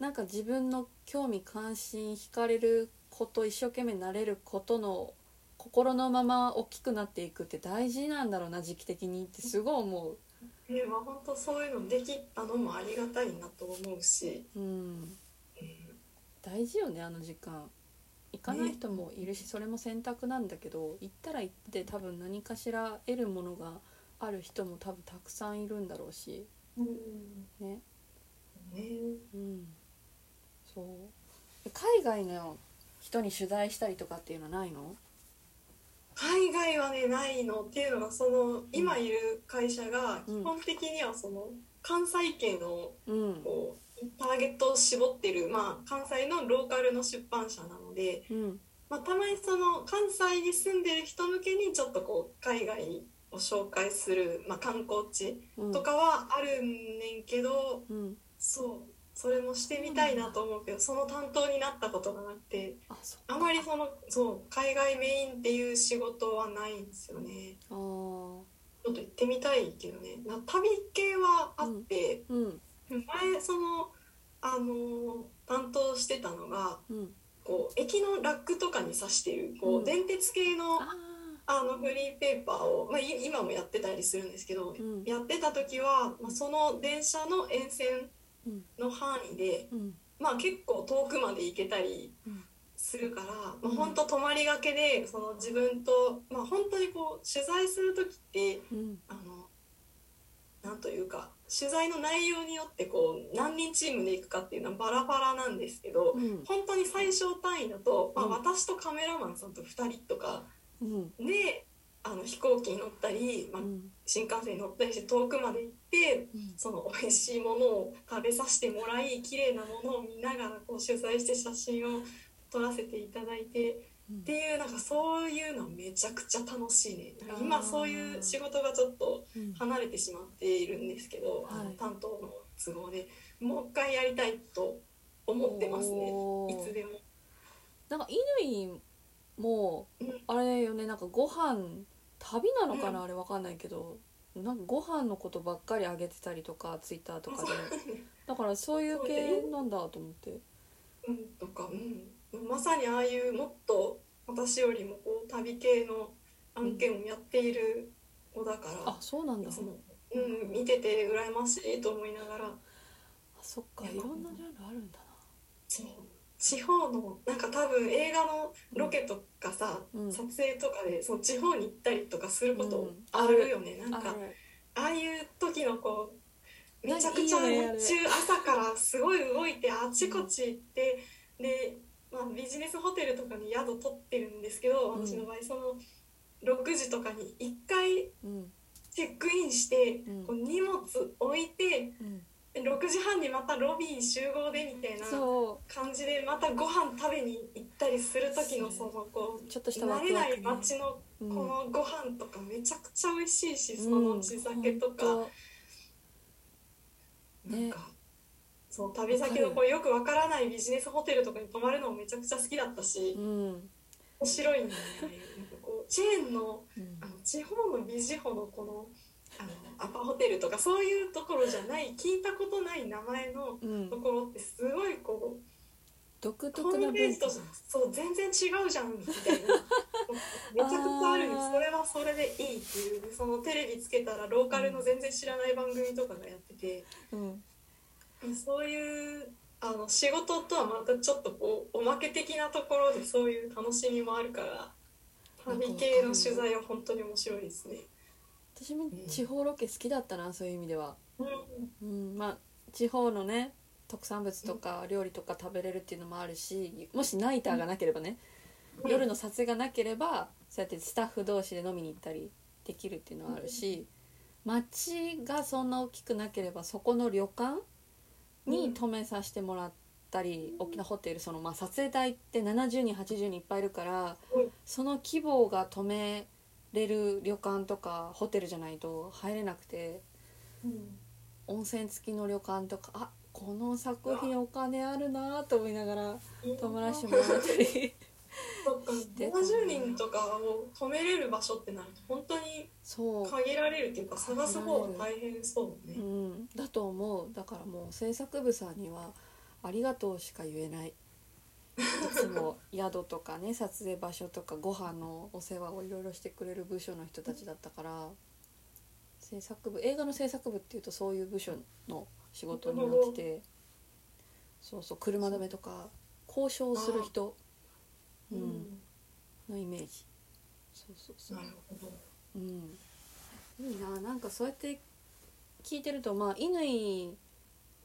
S1: なんか自分の興味関心惹かれること一生懸命なれることの心のまま大きくなっていくって大事なんだろうな時期的にってすごい思
S2: でまあ本当そういうのできたのもありがたいなと思うし、
S1: う、うん、
S2: うん
S1: 大事よねあの時間行かない人もいるしそれも選択なんだけど行ったら行って多分何かしら得るものがある人も多分たくさんいるんだろうし
S2: うん
S1: ね
S2: ね
S1: うんそうえ海外の人に取材したりとかっていうのはないの
S2: 海外はねないのっていうのがその今いる会社が基本的にはその関西圏の
S1: うん
S2: こうターゲットを絞ってる、まあ、関西のローカルの出版社なので、
S1: うん
S2: まあ、たまにその関西に住んでる人向けにちょっとこう海外を紹介する、まあ、観光地
S1: うん
S2: とかはあるんねんけど
S1: うん
S2: そうそれもしてみたいなと思うけどその担当になったことがなくて
S1: あそう
S2: あまりそのそう海外メインっていう仕事はないんですよね。
S1: あー
S2: ちょっと行ってみたいけどねな旅系はあって、
S1: うん
S2: 前そのあの担当してたのが
S1: うん
S2: こう駅のラックとかに挿しているこ
S1: うん
S2: う電鉄系の,、
S1: あ
S2: あのフリーペーパーを、まあ、い今もやってたりするんですけど
S1: ー、うん
S2: やってた時は、まあ、その電車の沿線
S1: うん
S2: の範囲で、
S1: うん
S2: まあ、結構遠くまで行けたり
S1: うん
S2: するから、
S1: う
S2: ま
S1: ん
S2: あ、本当泊まりがけでその自分と、まあ、本当にこう取材する時って
S1: うん
S2: あのなんというか取材の内容によってこう何人チームで行くかっていうのはバラバラなんですけど、
S1: うん
S2: 本当に最小単位だと、まあ、
S1: うん
S2: 私とカメラマンさんと2人とか
S1: うん
S2: であの飛行機に乗ったり、まあ、新幹線に乗ったりして遠くまで行って
S1: うん
S2: その美味しいものを食べさせてもらい綺麗なものを見ながらこう取材して写真を撮らせていただいてっていうなんかそういうのめちゃくちゃ楽しいねなんか
S1: あ
S2: 今
S1: ー
S2: そういう仕事がちょっと
S1: うん
S2: 離れてしまっているんですけど、あの
S1: はい
S2: 担当の都合でもう一回やりたいと思ってますね
S1: お
S2: い
S1: ー
S2: つでも。
S1: なんか乾も
S2: うん
S1: あれよねなんかご飯旅なのかな、
S2: う
S1: あれわかんないけどなんかご飯のことばっかり上げてたりとかツイッターとかでだからそういう系なんだと思って
S2: うんとか、うん、まさにああいうもっと私よりもこう旅系の案件をやっている子だから、
S1: あそうなんだ
S2: いつもうん、見てて羨ましいと思いながら
S1: あそっかいろんなジャンルあるんだ
S2: そう地方のなんか多分映画のロケとかさ、
S1: うん
S2: 撮影とかでその地方に行ったりとかするこ
S1: う
S2: と
S1: ん
S2: あるよね、な
S1: なん
S2: か
S1: ある
S2: ああいう時のこう
S1: なん
S2: め
S1: か
S2: ちゃくちゃ
S1: いいよねあれ
S2: 日中朝からすごい動いてあちこち行ってで、まあ、ビジネスホテルとかに宿取ってるんですけど
S1: うん
S2: 私の場合その6時とかに1回
S1: うん
S2: チェックインして
S1: うん
S2: こう荷物置いて
S1: うん
S2: 6時半にまたロビー集合でみたいな
S1: そ
S2: 感じでまたご飯食べに行ったりする時のそ
S1: そう
S2: のこ
S1: う
S2: う
S1: ちょっとしたワ
S2: 慣
S1: ク
S2: れ
S1: ワ
S2: な
S1: ク、
S2: い
S1: ね、
S2: 街の
S1: う
S2: こ
S1: ん
S2: のご飯とかめちゃくちゃ美味しいしそ
S1: うん
S2: の地酒とか。
S1: ほんと
S2: な
S1: ね
S2: んか、そう旅先の
S1: わ
S2: こうよくわからないビジネスホテルとかに泊まるのもめちゃくちゃ好きだったし、
S1: うん
S2: 面白いんだよねああいうなんかこうチェーンの
S1: うん
S2: あの地方のビジホのこのあのアパホテルとかそういうところじゃない聞いたことない名前の
S1: うん
S2: ところってすごいこ
S1: 独
S2: うホ
S1: 特
S2: ー
S1: な
S2: ムペー
S1: 文
S2: ジ
S1: 化
S2: とそう全然違うじゃんみたいな。めちゃくちゃあるんで
S1: あー
S2: それはそれでいいっていうそのテレビつけたらローカルの全然知らない番組とかがやってて、
S1: うん
S2: そういうあの仕事とはまたちょっとこうおまけ的なところでそういう楽しみもあるから旅系の取材は本当に面白いですね。
S1: 私も地方ロケ好きだったなそういう意味では
S2: うん
S1: うんまあ地方のね特産物とか料理とか食べれるっていうのもあるしもしナイターがなければね、夜の撮影がなければそうやってスタッフ同士で飲みに行ったりできるっていうのはあるし街がそんな大きくなければそこの旅館
S2: う
S1: に
S2: ん
S1: 泊めさせてもらったり、大きなホテルその、まあ、撮影隊って70人80人いっぱいいるから、
S2: うん
S1: その規模が泊めれる旅館とかホテルじゃないと入れなくて。
S2: うん
S1: 温泉付きの旅館とかあこの作品お金あるなと思いながら泊まらせてもらったり
S2: そっか
S1: てた
S2: 70人とかを止めれる場所ってなると本当に
S1: そう、
S2: 限られるっていうか探す方は大変そう
S1: う
S2: ね。
S1: ん、だと思うだからもう制作部さんにはありがとうしか言えないいつ
S2: [LAUGHS]
S1: も宿とかね撮影場所とかご飯のお世話をいろいろしてくれる部署の人たちだったから制作部映画の制作部っていうとそういう部署の仕事になっててそうそう車止めとか交渉する人
S2: う
S1: うん
S2: ん
S1: のイメージそうそうそう
S2: なるほど
S1: うんいいななんかそうやって聞いてるとまあ乾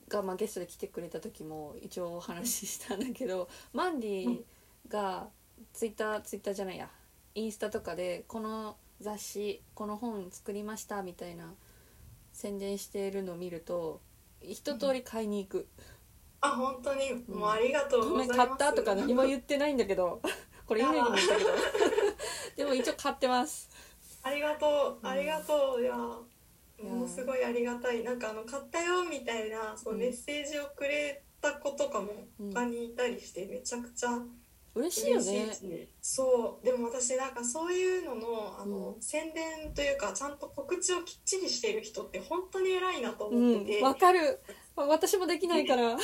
S1: がまあゲストで来てくれた時も一応お話ししたんだけどマンディがツイッターツイッターじゃないやインスタとかでこの雑誌この本作りましたみたいな宣伝しているのを見ると一通り買いに行く、
S2: あ本当にもうありがとう
S1: ご
S2: ござ
S1: め
S2: い
S1: ん
S2: ま
S1: 買
S2: す。
S1: ったとか何も言ってないんだけど [LAUGHS] これ乾にも言ったけど [LAUGHS] でも一応買ってます
S2: ありがと
S1: う
S2: う、
S1: ん
S2: ありがとう、いや、
S1: いや
S2: もうすごいありがたい、なんかあの買ったよみたいな、そううんメッセージをくれた子とかも
S1: うん
S2: 他にいたりして、めちゃくちゃ
S1: 嬉しいよね
S2: 嬉しいしそう、でも私なんかそういうのの、あの、
S1: うん
S2: 宣伝というか、ちゃんと告知をきっちりしている人って本当に偉いなと
S1: う
S2: 思っ
S1: ん
S2: てて、
S1: わかるわ私もできないから、
S2: で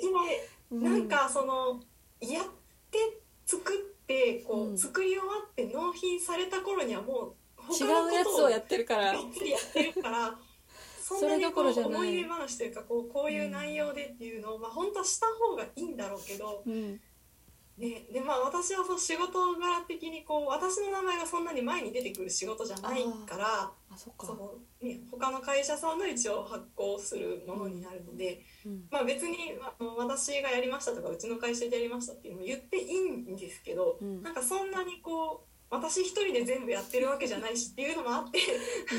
S2: きない。
S1: う
S2: なんかそのやって作ってこう、
S1: うん
S2: 作り終わって納品された頃にはもう
S1: 違
S2: 他
S1: うや
S2: の
S1: つ
S2: こと
S1: を
S2: を
S1: やってるから
S2: がっつりやって
S1: [LAUGHS]
S2: るからそんなに
S1: そ
S2: こ
S1: れどころじ
S2: う
S1: ゃない
S2: 思い出話というかこうこういう内容でっていうのを、まあ、本当はした方がいいんだろうけど、
S1: うん
S2: ねでまあ、私はそう仕事柄的にこう私の名前がそんなに前に出てくる仕事じゃないから
S1: あそっ
S2: そ
S1: か
S2: の、ね、他の会社さんの一応発行するものになるので、
S1: うん
S2: まあ、別にあの私がやりましたとかうちの会社でやりましたっていうのも言っていいんですけど、
S1: うん
S2: なんかそんなにこう私一人で全部やってるわけじゃないしっていうのもあって。 [LAUGHS]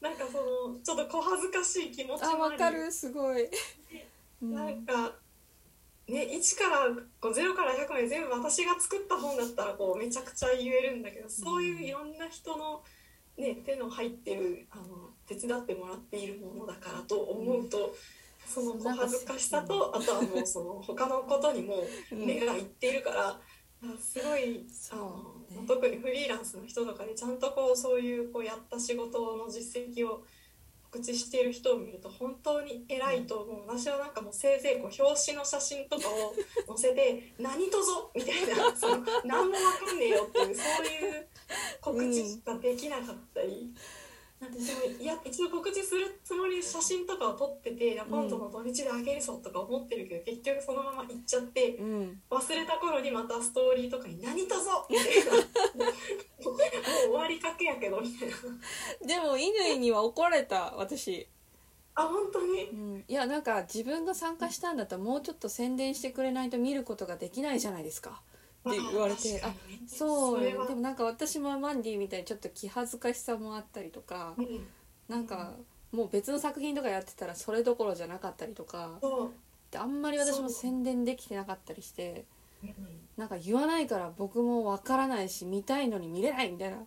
S2: なんかそのちょっと小恥ずかしい気持ち
S1: あ
S2: もあ
S1: わ
S2: り
S1: かるすごい、う
S2: [LAUGHS] なん
S1: ん、
S2: かね1からこう0から100まで全部私が作った本だったらこうめちゃくちゃ言えるんだけどそういういろんな人の、ね、手の入ってるあの手伝ってもらっているものだからと思うと。その
S1: そう
S2: 小恥ずかしさとあとはもうその他のことにも目がいっているから、すごい
S1: そ
S2: あ
S1: う
S2: の、
S1: ね
S2: 特にフリーランスの人とかでちゃんとこうそういうこうやった仕事の実績を告知している人を見ると本当に偉いと思う、私はなんかもうせいぜいこう表紙の写真とかを載せて「 [LAUGHS] 何とぞ」みたいなその何もわかんねえよっていうそういう告知ができなかったり。なんかでもいや一度告知するつもりで写真とかを撮ってて今度の土日であげるぞとか思ってるけど、結局そのまま行っちゃって、
S1: うん
S2: 忘れた頃にまたストーリーとかに「何とぞ!」みたいなもう終わりかけやけどみたいな
S1: でも乾には怒られた私、
S2: あ本当
S1: う
S2: に
S1: ん、いやなんか自分が参加したんだったらもうちょっと宣伝してくれないと見ることができないじゃないですかって言われて
S2: ま
S1: あ
S2: 確かにね
S1: そう
S2: れは
S1: でもなんか私もマンディみたいにちょっと気恥ずかしさもあったりとか
S2: うん
S1: なんかもう別の作品とかやってたらそれどころじゃなかったりとか
S2: そう
S1: であんまり私も
S2: そう
S1: 宣伝できてなかったりして
S2: うん
S1: なんか言わないから僕もわからないし見たいのに見れないみたいな。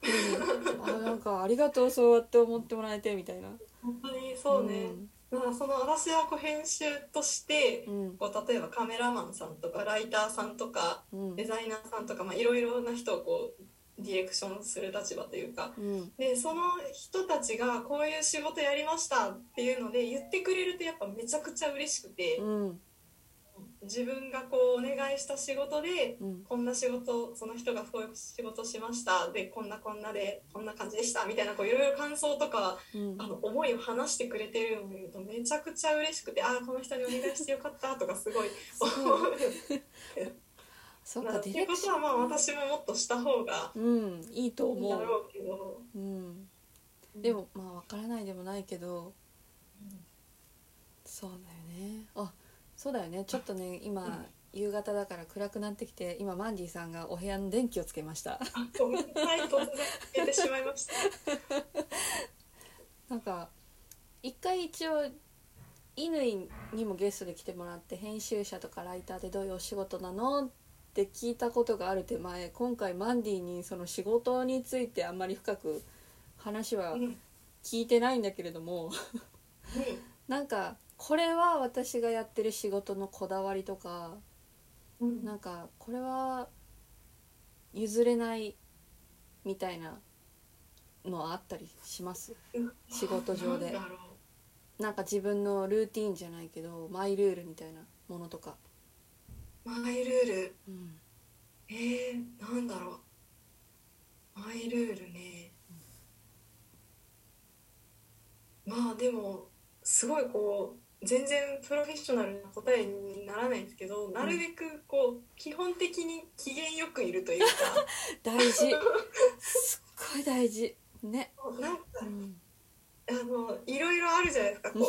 S1: うん、あなんかありがとうそうやって思ってもらえてみたいな
S2: 本当にそうね、だからその私はこう編集として、
S1: うん
S2: こう例えばカメラマンさんとかライターさんとか
S1: うん
S2: デザイナーさんとかまあいろいろな人をこうディレクションする立場というか
S1: うん
S2: でその人たちがこういう仕事やりましたっていうので言ってくれるとやっぱめちゃくちゃ嬉しくて、
S1: うん
S2: 自分がこうお願いした仕事で
S1: うん
S2: こんな仕事その人がこういう仕事しましたでこんなこんなでこんな感じでしたみたいなこういろいろ感想とか
S1: うん
S2: あの思いを話してくれてるのを見るとめちゃくちゃ嬉しくてああこの人にお願いしてよかったとかすごい思う。
S1: そっ
S2: な
S1: か
S2: んて
S1: ディレ
S2: いうこ
S1: クシ
S2: と
S1: ョ
S2: は
S1: ン
S2: まあ私ももっとした方が
S1: うんいいと
S2: いいん
S1: 思
S2: だ
S1: う、
S2: ろうけど。
S1: うん、でもまあわからないでもないけどそうだよねあそうだよねちょっとね
S2: う
S1: 今
S2: ん
S1: 夕方だから暗くなってきて今マンディさんがお部屋の電気をつけました [LAUGHS]
S2: あごめんなさい突然消えてしまいました。
S1: なんか一回一応乾にもゲストで来てもらって編集者とかライターでどういうお仕事なのって聞いたことがある手前今回マンディにその仕事についてあんまり深く話は
S2: うんうん
S1: 聞いてないんだけれどもなんかこれは私がやってる仕事のこだわりとか
S2: うん
S1: なんかこれは譲れないみたいなのはあったりします仕事上で
S2: なんだろう
S1: なんか自分のルーティンじゃないけどマイルールみたいなものとか、
S2: マイルール
S1: うん、
S2: えー、なんだろうマイルールねまあでもすごいこう全然プロフェッショナルな答えにならないんですけどなるべくこう基本的に機嫌よくいるというか
S1: 大事すっごい大事ね、
S2: なんか
S1: うん、
S2: あのいろいろあるじゃないですかこう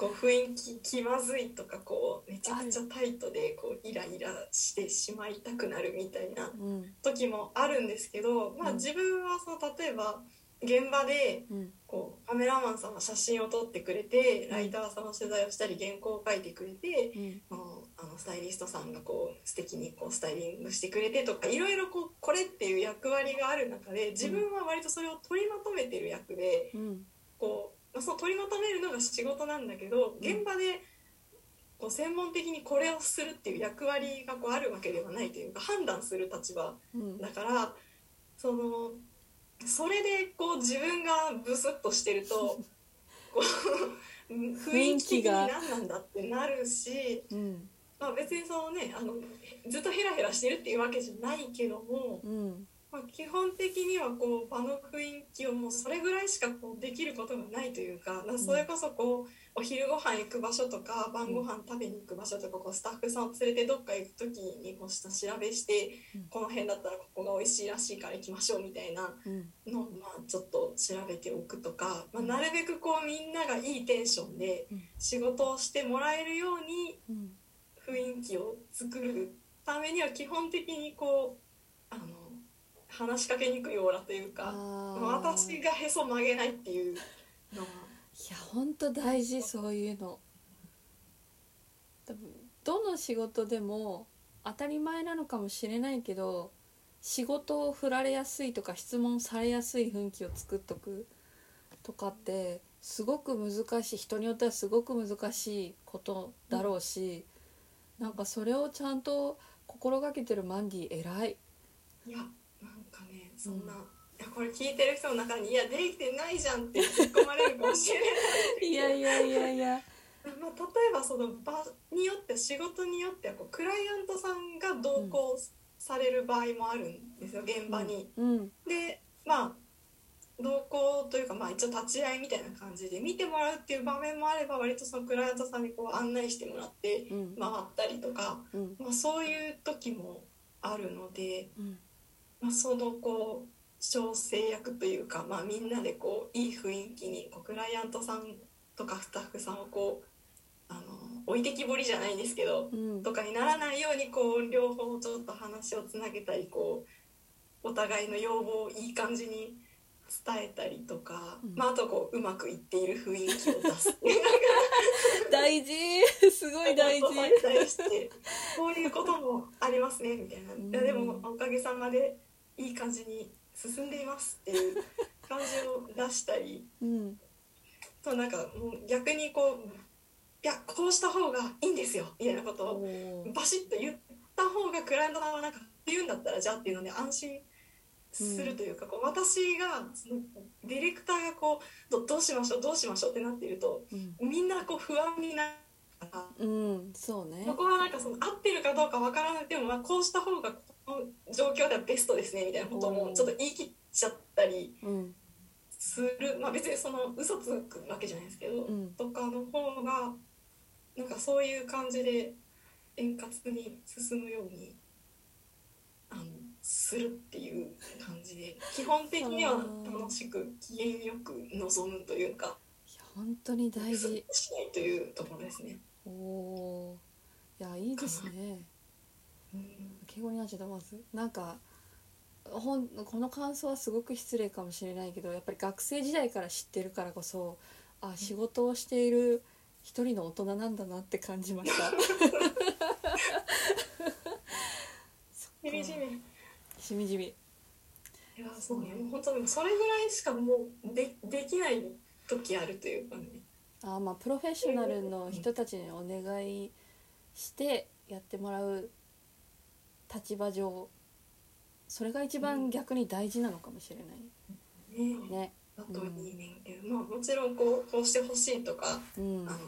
S2: こう雰囲気気まずいとかこうめちゃくちゃタイトでこうイライラしてしまいたくなるみたいな
S1: うん
S2: 時もあるんですけど、
S1: う
S2: まあ、
S1: ん
S2: 自分はその例えば現場で
S1: うん
S2: こうカメラマンさんが写真を撮ってくれてライターさんの取材をしたり原稿を書いてくれて
S1: うん
S2: あのあのスタイリストさんがこう素敵にこうスタイリングしてくれてとかいろいろこうこれっていう役割がある中で自分は割とそれを取りまとめてる役で
S1: うん
S2: こう、まあ、その取りまとめるのが仕事なんだけど現場で。こう専門的にこれをするっていう役割がこうあるわけではないというか判断する立場
S1: うん
S2: だからそのそれでこう自分がブスッとしてるとこう雰囲気的に何なんだってなるし、
S1: うん
S2: まあ、別にそのねあのずっとヘラヘラしてるっていうわけじゃないけども、
S1: うん
S2: まあ、基本的にはこう場の雰囲気をもうそれぐらいしかこうできることがないというかなそれこそこうお昼ご飯行く場所とか晩ご飯食べに行く場所とかこうスタッフさんを連れてどっか行く時にこう下調べして
S1: うん
S2: この辺だったらここが美味しいらしいから行きましょうみたいな
S1: うん
S2: のをまあちょっと調べておくとか、まあ、なるべくこうみんながいいテンションで
S1: うん
S2: 仕事をしてもらえるように
S1: うん
S2: 雰囲気を作るためには基本的にこうあの話しかけにくいオーラというか
S1: あー
S2: 私がへそ曲げないっていうのはい
S1: や本当大事そういうの多分どの仕事でも当たり前なのかもしれないけど仕事を振られやすいとか質問されやすい雰囲気を作っとくとかってすごく難しい人によってはすごく難しいことだろうし、なんかそれをちゃんと心がけてるマンディ偉い
S2: いやなんかねそんな、いやこれ聞いてる人の中に「いやできてないじゃん」って突っ込まれるかもしれな
S1: [LAUGHS]
S2: い
S1: いやいやいやいや
S2: まあ、例えばその場によって仕事によってはこうクライアントさんが同行される場合もあるんですよ、現場に。
S1: うん
S2: でまあ同行というか、まあ、一応立ち会いみたいな感じで見てもらうっていう場面もあれば割とそのクライアントさんにこう案内してもらって
S1: うん
S2: 回ったりとか、
S1: うん
S2: まあ、そういう時もあるので、
S1: うん
S2: まあ、そのこう調整役というか、まあ、みんなでこういい雰囲気にこうクライアントさんとかスタッフさんをこうあの置いてきぼりじゃないんですけど
S1: うん
S2: とかにならないようにこう両方ちょっと話をつなげたりこうお互いの要望をいい感じに伝えたりとか、
S1: うん
S2: まあ、あとこううまくいっている雰囲気を出
S1: [LAUGHS]
S2: す
S1: 大事 [LAUGHS] すごい大事
S2: ことに対してこういうこともありますねみたいな「いやでもおかげさまでいい感じに進んでいます」っていう感じを出したり。
S1: うん
S2: となんかもう逆にこう「いやこうした方がいいんですよ」みたいなことを
S1: おー
S2: バシッと言った方がクライアントさんはなんか言うんだったらじゃあっていうので安心するというか、こう私がそのディレクターがこうどどうしましょうどうしましょうってなっていると
S1: うん
S2: みんなこう不安になるから
S1: うんそうね
S2: そこはなんかその合ってるかどうかわからなくても、まあ、こうした方がこの状況ではベストですねみたいなこと
S1: お
S2: も
S1: ー
S2: ちょっと言い切っちゃったり。
S1: うん
S2: する、まあ、別にその嘘つくわけじゃないですけど、
S1: うん
S2: とかの方がなんかそういう感じで円滑に進むようにあのするっていう感じで基本的には楽しく機嫌よく臨むというか
S1: いや本当に大
S2: し
S1: 事
S2: ないというところですね。
S1: おおーいやいいですね
S2: うん
S1: 敬語になっちゃってますなんかほんこの感想はすごく失礼かもしれないけどやっぱり学生時代から知ってるからこそあ仕事をしている一人の大人なんだなって感じましたそっか
S2: しみじみ
S1: しみじみ
S2: いやそうねもう本当でもそれぐらいしかもうでできない時あるというかね。
S1: あーまあプロフェッショナルの人たちにお願いしてやってもらう立場上それが一番逆に大事なのかもしれない
S2: ね
S1: ね。
S2: あといいねんけど、まあもちろんこうこうしてほしいとか、
S1: うん
S2: あの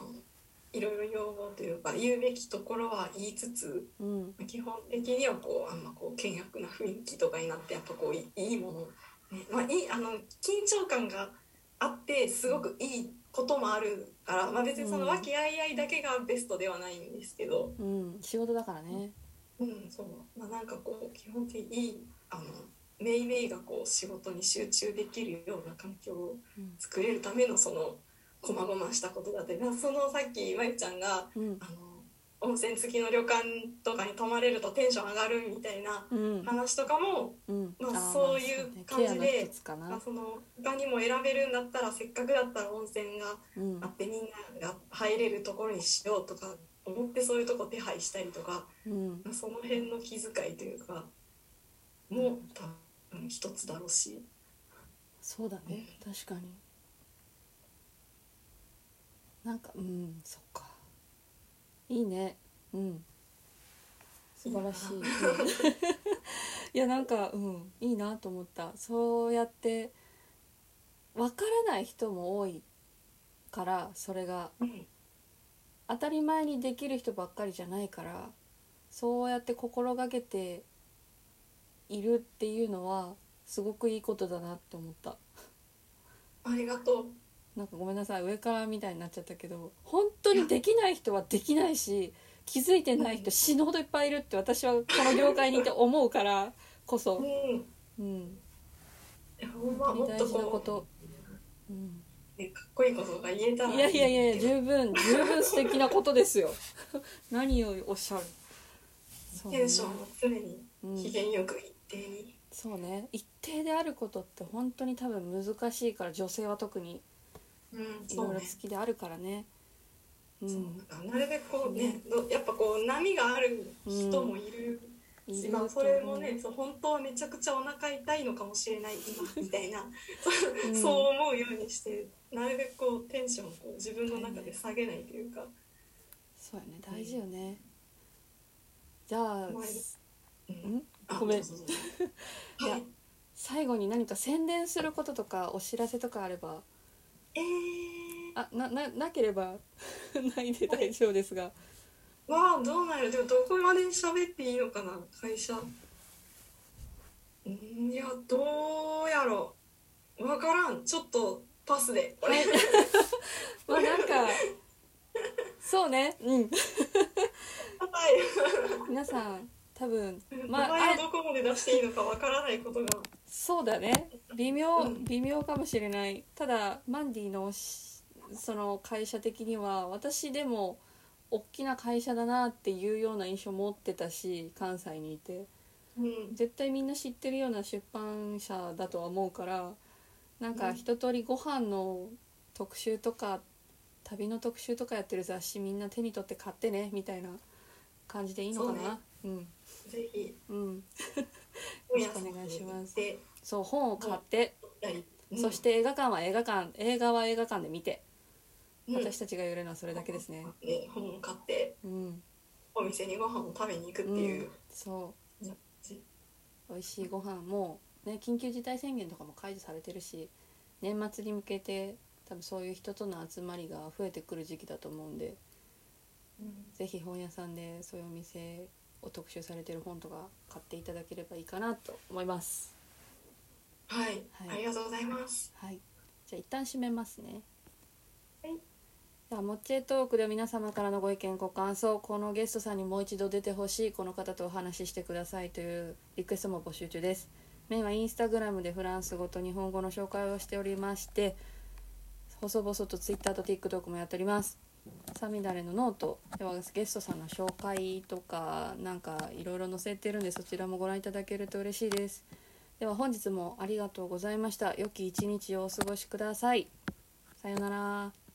S2: いろいろ要望というか言うべきところは言いつつ
S1: うん
S2: 基本的にはこうあんまこう険悪な雰囲気とかになってやっぱこういいいいもの、ねまあ、いいあの緊張感があってすごくいいこともあるから、まあ、別にその和気あいあいだけがベストではないんですけど、
S1: うん、仕事だからね。
S2: うんそうまあ、なんかこう基本的にいいあのめいめいがこう仕事に集中できるような環境を
S1: うん
S2: 作れるためのそのこまごましたことだったりなそのさっきまゆちゃんが
S1: うん
S2: あの温泉付きの旅館とかに泊まれるとテンション上がるみたいな
S1: うん
S2: 話とかも、
S1: うん
S2: まあ
S1: ー
S2: そういう
S1: ね
S2: 感じで
S1: ケアの一つか
S2: まあ
S1: な。
S2: その他にも選べるんだったらせっかくだったら温泉が
S1: うん
S2: あってみんなが入れるところにしようとか思ってそういうとこ手配したりとか
S1: うん
S2: まあその辺の気遣いというかも多分一つだろうし。
S1: そうだね確かに。なんかうんそっかいいねうん素晴らしい。うん [LAUGHS] いやなんかうんいいなと思った。そうやってわからない人も多いからそれが
S2: うん
S1: 当たり前にできる人ばっかりじゃないからそうやって心がけているっていうのはすごくいいことだなって思った
S2: ありがとう
S1: なんかごめんなさい上からみたいになっちゃったけど本当にできない人はできないし気づいてない人死ぬほどいっぱいいるって私はこの業界にいて思うからこ
S2: うん
S1: そ、
S2: い
S1: うん、
S2: やほんま
S1: 本
S2: も
S1: 当
S2: っ
S1: に
S2: と
S1: 大事なこ、
S2: こと
S1: うん、
S2: う、ね、かっこいいことが言えたら
S1: いやいやいやいや
S2: けど
S1: 十分十分素敵なことですよ [LAUGHS] 何をおっしゃるそうね
S2: テンションを常に
S1: うん
S2: 機嫌よく一定に、
S1: そうね一定であることって本当に多分難しいから女性は特に
S2: うん
S1: い
S2: そ
S1: ろいうろ
S2: ね
S1: 好きであるからねう
S2: そうんなんかなるべくこうねどやっぱこう波がある人もいるし、
S1: いる
S2: まあ、それもね
S1: と
S2: そう本当はめちゃくちゃお腹痛いのかもしれない今みたいな、
S1: 思う
S2: そう思うようにしてなるべくこうテンションをこう自分の中で下げないというか、
S1: そうやね大事よね、じゃあ、
S2: 前
S1: ん
S2: あ
S1: ごめん
S2: そうそうそう
S1: [LAUGHS] いや
S2: はい
S1: 最後に何か宣伝することとかお知らせとかあれば
S2: えー
S1: あなななければ [LAUGHS] ないで大丈夫ですが、
S2: わあどうなるでもどこまで喋っていいのかな会社うんいやどうやろうわからんちょっとパスでこれ
S1: [LAUGHS] まあなんかそうねうん皆さん多分ま
S2: 名
S1: あ
S2: 前
S1: あ
S2: をどこまで出していいのかわからないことが
S1: そうだね微妙
S2: うん
S1: 微妙かもしれないただマンディのしその会社的には私でも大きな会社だなっていうような印象持ってたし関西にいて
S2: うん
S1: 絶対みんな知ってるような出版社だとは思うからなんか一通りご飯の特集とか旅の特集とかやってる雑誌みんな手に取って買ってねみたいな感じでいいのかなう,、
S2: ぜひ
S1: んうん
S2: 本
S1: よろし
S2: 屋さん
S1: く
S2: に
S1: お
S2: 行
S1: 願いします
S2: って
S1: そう本を買って、
S2: やり
S1: そして映画館は映画館映画は映画館で見て、
S2: うん
S1: 私たちが言えるのはそれだけですね
S2: で本を買って
S1: うん、
S2: お店にご飯を食べに行くっていう、
S1: そ
S2: うん
S1: う美味しいご飯もね緊急事態宣言とかも解除されてるし年末に向けて多分そういう人との集まりが増えてくる時期だと思うんでぜひ本屋さんでそういうお店を特集されてる本とか買っていただければいいかなと思います
S2: はい、
S1: はい
S2: ありがとうございます
S1: はいじゃあ一旦締めますね
S2: はい
S1: ではモッチェトークでは皆様からのご意見ご感想このゲストさんにもう一度出てほしいこの方とお話ししてくださいというリクエストも募集中ですメインはインスタグラムでフランス語と日本語の紹介をしておりまして細々とツイッターと TikTok もやっておりますサミダレのノートではゲストさんの紹介とかなんかいろいろ載せてるんでそちらもご覧いただけると嬉しいですでは本日もありがとうございました良き一日をお過ごしくださいさようなら